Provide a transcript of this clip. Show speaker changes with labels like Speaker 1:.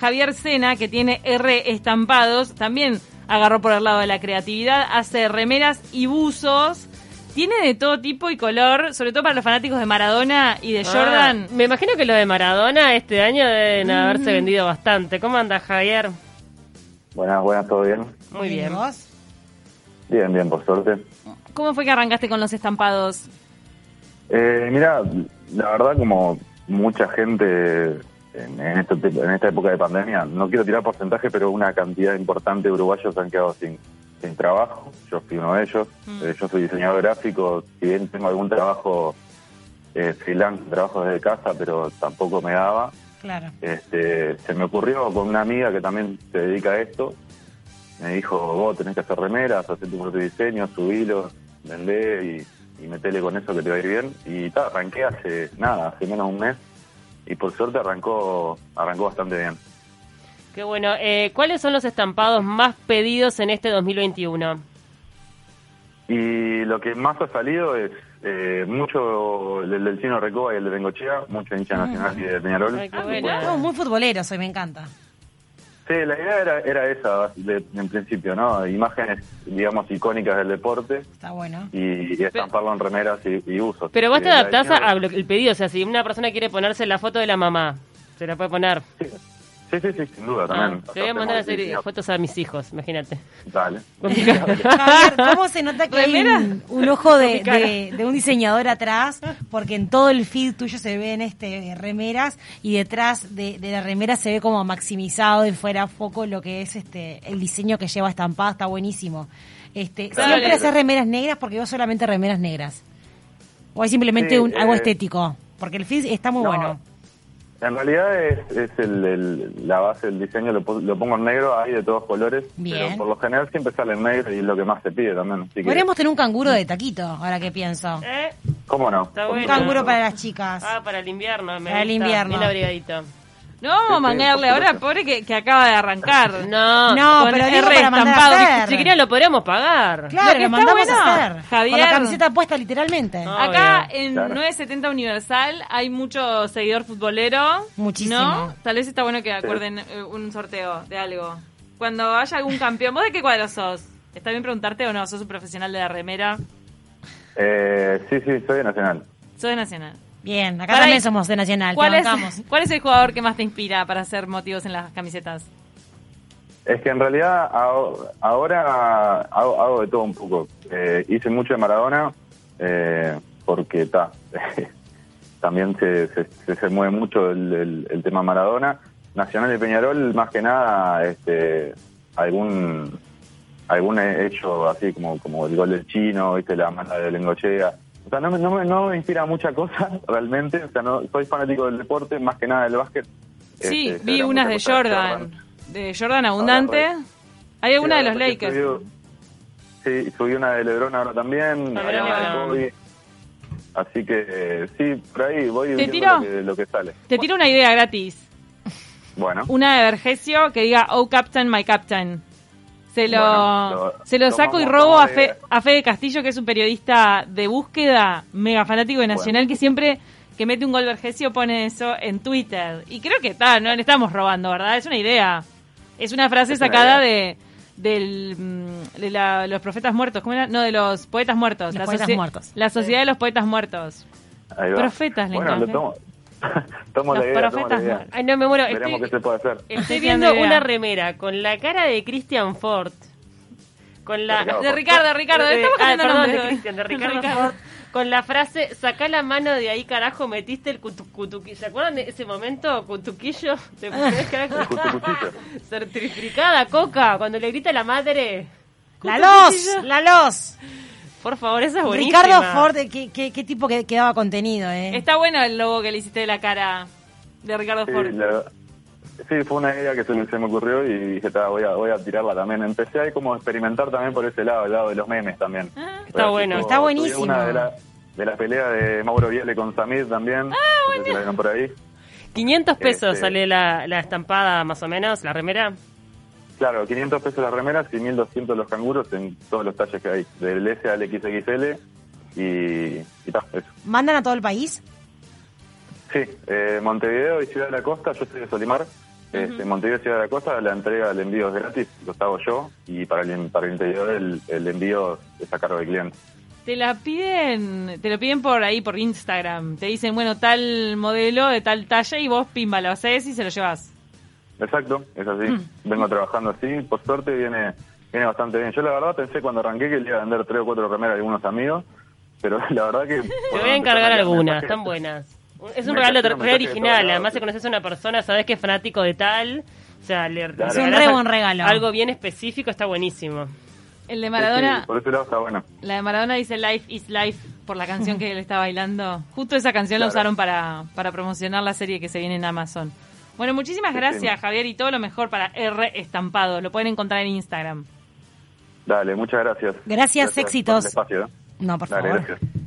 Speaker 1: Javier Sena, que tiene R estampados, también agarró por el lado de la creatividad, hace remeras y buzos. Tiene de todo tipo y color, sobre todo para los fanáticos de Maradona y de Jordan.
Speaker 2: Ah, me imagino que lo de Maradona este año
Speaker 3: Mm.
Speaker 2: deben haberse vendido bastante. ¿Cómo andas, Javier?
Speaker 4: Buenas, buenas, ¿todo bien?
Speaker 2: Muy
Speaker 3: ¿Y
Speaker 2: bien.
Speaker 3: vos?
Speaker 4: Bien, bien, por suerte.
Speaker 1: ¿Cómo fue que arrancaste con los estampados?
Speaker 4: Eh, mira, la verdad como mucha gente en, en este tipo- en esta época de pandemia, no quiero tirar porcentaje, pero una cantidad importante de uruguayos se han quedado sin, sin trabajo. Yo fui uno de ellos. Eh, yo soy diseñador gráfico, si bien tengo algún trabajo eh, freelance, trabajo desde casa, pero tampoco me daba.
Speaker 3: Claro.
Speaker 4: Este, se me ocurrió con una amiga que también se dedica a esto. Me dijo, vos tenés que hacer remeras, hacer tu propio diseño, subilo, vendé y, y metele con eso que te va a ir bien. Y ta, arranqué hace nada, hace menos de un mes. Y por suerte arrancó, arrancó bastante bien.
Speaker 2: Qué bueno. Eh, ¿Cuáles son los estampados más pedidos en este 2021?
Speaker 4: Y lo que más ha salido es eh, mucho el del chino Recoba y el de Bengochea, mucho hincha nacional y de Peñarol.
Speaker 2: Mm. Ay, qué
Speaker 3: Ah,
Speaker 2: bueno.
Speaker 3: mirá, vos muy futboleros hoy, me encanta.
Speaker 4: Sí, la idea era, era esa de- en principio, ¿no? Imágenes, digamos, icónicas del deporte.
Speaker 3: Está bueno.
Speaker 4: y, y estamparlo en remeras y, y usos.
Speaker 2: Pero vos te
Speaker 4: Eh, la
Speaker 2: adaptás
Speaker 4: diseño-
Speaker 2: al pedido. O sea, si una persona quiere ponerse la foto de la mamá, se la puede poner.
Speaker 4: Sí, sí, sí, sin duda
Speaker 2: Ah,
Speaker 4: también.
Speaker 2: te voy a
Speaker 4: Hacemos
Speaker 2: mandar a hacer
Speaker 4: diseño.
Speaker 2: fotos a mis hijos, imagínate.
Speaker 4: Dale.
Speaker 3: Javier, ¿cómo se nota que hay un, un ojo de,
Speaker 2: cara.
Speaker 3: de- de un diseñador atrás? Porque en todo el feed tuyo se ven este, remeras y detrás de, de la remera se ve como maximizado y fuera a foco lo que es este el diseño que lleva estampado. Está buenísimo. Este,
Speaker 4: Claro.
Speaker 3: ¿Siempre haces remeras negras porque vos solamente remeras negras? ¿O es simplemente
Speaker 4: Sí,
Speaker 3: un, algo
Speaker 4: eh,
Speaker 3: estético? Porque el feed está muy
Speaker 4: No,
Speaker 3: bueno.
Speaker 4: En realidad es, es el, el- la base del diseño, lo, pu- lo pongo en negro, hay de todos colores,
Speaker 3: Bien.
Speaker 4: pero por lo general siempre sale en negro y es lo que más se pide también. Así que,
Speaker 3: Podríamos tener un canguro de taquito, ahora que pienso.
Speaker 2: ¿Eh?
Speaker 4: ¿Cómo no?
Speaker 2: Está
Speaker 4: Por
Speaker 2: bueno.
Speaker 3: Un
Speaker 4: supuesto.
Speaker 3: canguro para las chicas.
Speaker 2: Ah, para el invierno. Me
Speaker 3: Para el
Speaker 2: gusta.
Speaker 3: invierno.
Speaker 2: Bien abrigadito.
Speaker 1: No,
Speaker 4: sí,
Speaker 1: mangarle
Speaker 4: por
Speaker 1: ahora,
Speaker 4: supuesto.
Speaker 1: pobre que, que acaba de arrancar.
Speaker 2: Este, No,
Speaker 3: No,
Speaker 1: con
Speaker 3: pero
Speaker 1: el
Speaker 3: digo
Speaker 1: re
Speaker 3: para mandar a
Speaker 1: estampado.
Speaker 3: hacer.
Speaker 2: Si querés lo podríamos pagar.
Speaker 1: Lo
Speaker 3: Claro,
Speaker 1: que
Speaker 3: lo
Speaker 1: está
Speaker 3: mandamos
Speaker 1: bueno,
Speaker 3: a hacer. Con
Speaker 1: Javier. Ah.
Speaker 3: la camiseta puesta literalmente.
Speaker 2: No.
Speaker 1: Acá
Speaker 2: Obvio.
Speaker 1: en
Speaker 4: Ah, Claro.
Speaker 1: 970 Universal hay mucho seguidor futbolero.
Speaker 3: Muchísimo.
Speaker 1: ¿no? Tal vez está bueno que acuerden eh, un sorteo de algo. Cuando haya algún campeón, ¿vos de qué cuadro sos? Está bien preguntarte o no, sos un profesional de la remera.
Speaker 4: Eh, sí, sí, soy de Nacional.
Speaker 1: Sos de Nacional.
Speaker 3: Bien, acá
Speaker 1: Pará,
Speaker 3: también
Speaker 1: y-
Speaker 3: somos de Nacional,
Speaker 1: ¿Cuál
Speaker 3: te
Speaker 1: es,
Speaker 3: bancamos.
Speaker 1: ¿Cuál es el jugador que más te inspira para hacer motivos en las camisetas?
Speaker 4: Es que en realidad aho- ahora hago, hago de todo un poco. Eh, hice mucho de Maradona eh, porque ta, también se, se, se- se mueve mucho el, el- el tema Maradona. Nacional de Peñarol, más que nada, este, algún algún he- hecho así como, como el gol del chino, viste la mala de Lengochea. O sea, no me, no, me, no me inspira mucha cosa realmente. O sea, no, soy fanático del deporte, más que nada del básquet.
Speaker 1: Sí,
Speaker 4: Este,
Speaker 1: vi
Speaker 4: era
Speaker 1: unas
Speaker 4: mucha
Speaker 1: de
Speaker 4: cosa
Speaker 1: Jordan. De Jordan abundante.
Speaker 4: Ahora,
Speaker 1: Hay alguna de
Speaker 4: Sí,
Speaker 1: los
Speaker 4: ahora porque
Speaker 1: Lakers.
Speaker 4: subí- sí, subí una de Lebron ahora también,
Speaker 2: Ah,
Speaker 4: había una de
Speaker 2: Lebron.
Speaker 4: Kobe. Así que eh, sí, por ahí voy
Speaker 1: ¿Te
Speaker 4: viendo
Speaker 1: tiró?
Speaker 4: Lo, que, lo que sale.
Speaker 1: Te tiro una idea gratis.
Speaker 4: Bueno,
Speaker 1: Una de Vergesio que diga, oh captain, my captain. Se lo,
Speaker 4: Bueno, lo-
Speaker 1: se lo saco y
Speaker 4: tomamos
Speaker 1: robo
Speaker 4: como
Speaker 1: a, Fe,
Speaker 4: idea.
Speaker 1: a Fede Castillo, que es un periodista de búsqueda, mega fanático de Nacional, que siempre que mete un gol Vergesio pone eso en Twitter. Y creo que está, no le estamos robando, ¿verdad? Es una idea. Es una frase
Speaker 4: Es una
Speaker 1: sacada
Speaker 4: idea.
Speaker 1: de del, mm, de la- los profetas muertos, ¿cómo era? No, de los poetas muertos.
Speaker 3: Los
Speaker 1: la
Speaker 3: poetas
Speaker 1: socie-
Speaker 3: muertos.
Speaker 1: La sociedad de los poetas muertos.
Speaker 4: ahí va.
Speaker 1: profetas le
Speaker 4: Bueno, lo
Speaker 1: encontré.
Speaker 4: tomo. tomo
Speaker 1: Los
Speaker 4: la idea, tomo
Speaker 1: profetas
Speaker 4: la idea.
Speaker 1: mal.
Speaker 2: Ay, no, me muero.
Speaker 4: Veremos
Speaker 2: Estoy,
Speaker 4: qué se puede hacer.
Speaker 2: estoy
Speaker 1: Estoy
Speaker 2: viendo
Speaker 1: viendo
Speaker 2: una
Speaker 1: idea.
Speaker 2: remera con la cara de Christian Ford. Con la...
Speaker 4: Ricardo
Speaker 1: De
Speaker 4: Ford.
Speaker 1: Ricardo, Ricardo.
Speaker 2: Eh,
Speaker 1: Estamos
Speaker 2: ah,
Speaker 1: cambiando
Speaker 2: perdón,
Speaker 1: nombres
Speaker 2: de
Speaker 1: hoy.
Speaker 2: Cristian, de Ricardo, Ford, Con la frase, sacá la mano de ahí, carajo, metiste el cutu- cutuquillo. ¿Se acuerdan de ese momento? Cutuquillo. ¿Te pones, carajo?
Speaker 4: El cutucuchillo.
Speaker 2: Certificada, Coca, cuando le grita la madre.
Speaker 3: ¡La los! ¡La los!
Speaker 2: Por favor, esa es buenísima.
Speaker 3: Ricardo Ford, eh, qué, qué- qué tipo que, que daba contenido, ¿eh?
Speaker 1: Está bueno el logo que le hiciste de la cara de Ricardo
Speaker 4: Sí,
Speaker 1: Ford.
Speaker 4: la- sí, fue una idea que se, me- se me ocurrió y dije, "Ta, voy, a, voy a tirarla también. Empecé ahí como a experimentar también por ese lado, el lado de los memes también.
Speaker 1: Ah,
Speaker 2: está
Speaker 4: Pero
Speaker 2: bueno.
Speaker 4: tipo,
Speaker 3: Está
Speaker 4: subí
Speaker 3: buenísimo.
Speaker 4: Una de la, de la pelea de Mauro Viale con Samir también.
Speaker 1: Ah,
Speaker 4: No sé si la vieron por ahí.
Speaker 2: 500 pesos
Speaker 4: Este-
Speaker 2: sale la, la estampada, más o menos, la remera.
Speaker 4: Claro, 500 pesos las remeras y 1200 los canguros en todos los talles que hay, del S al XXL y, y ta, eso.
Speaker 3: ¿Mandan a todo el país?
Speaker 4: Sí, eh, Montevideo y Ciudad de la Costa, yo soy de Solimar, Este, Montevideo Ciudad de la Costa, la entrega del envío es gratis, lo hago yo, y para el, para el interior el, el envío es a cargo del cliente.
Speaker 1: Te la piden, te lo piden por ahí, por Instagram. Te dicen, bueno, tal modelo de tal talla y vos pimba, lo haces y se lo llevas.
Speaker 4: Exacto, es así.
Speaker 2: Mm.
Speaker 4: Vengo trabajando así, por suerte viene viene bastante bien. Yo la verdad pensé cuando arranqué que le iba a vender tres o cuatro remeras a algunos amigos, pero la verdad que...
Speaker 2: Te voy a encargar algunas, están buenas. Es un
Speaker 4: Me
Speaker 2: regalo tra-
Speaker 4: parece un
Speaker 2: re
Speaker 4: mensaje de todos
Speaker 2: original,
Speaker 4: lados,
Speaker 2: además
Speaker 4: sí.
Speaker 2: si conoces a una persona, sabes que es fanático de tal, o sea, le le
Speaker 4: Claro. Es un
Speaker 2: regalás
Speaker 3: re
Speaker 2: al-
Speaker 3: buen regalo.
Speaker 2: Algo bien específico está buenísimo.
Speaker 1: El de
Speaker 4: Maradona...
Speaker 1: Maradona,
Speaker 4: por ese lado está bueno.
Speaker 1: la de Maradona dice Life is Life por la canción que él está bailando. Justo esa canción la
Speaker 4: Claro.
Speaker 1: usaron para, para promocionar la serie que se viene en Amazon. Bueno, muchísimas
Speaker 4: Sí,
Speaker 1: gracias,
Speaker 4: sí.
Speaker 1: Javier, y todo lo mejor para R Estampado. Lo pueden encontrar en Instagram.
Speaker 4: Dale, muchas gracias.
Speaker 3: Gracias,
Speaker 4: por el
Speaker 3: éxitos.
Speaker 4: espacio, ¿eh?
Speaker 3: No, por
Speaker 4: Dale,
Speaker 3: favor.
Speaker 4: gracias.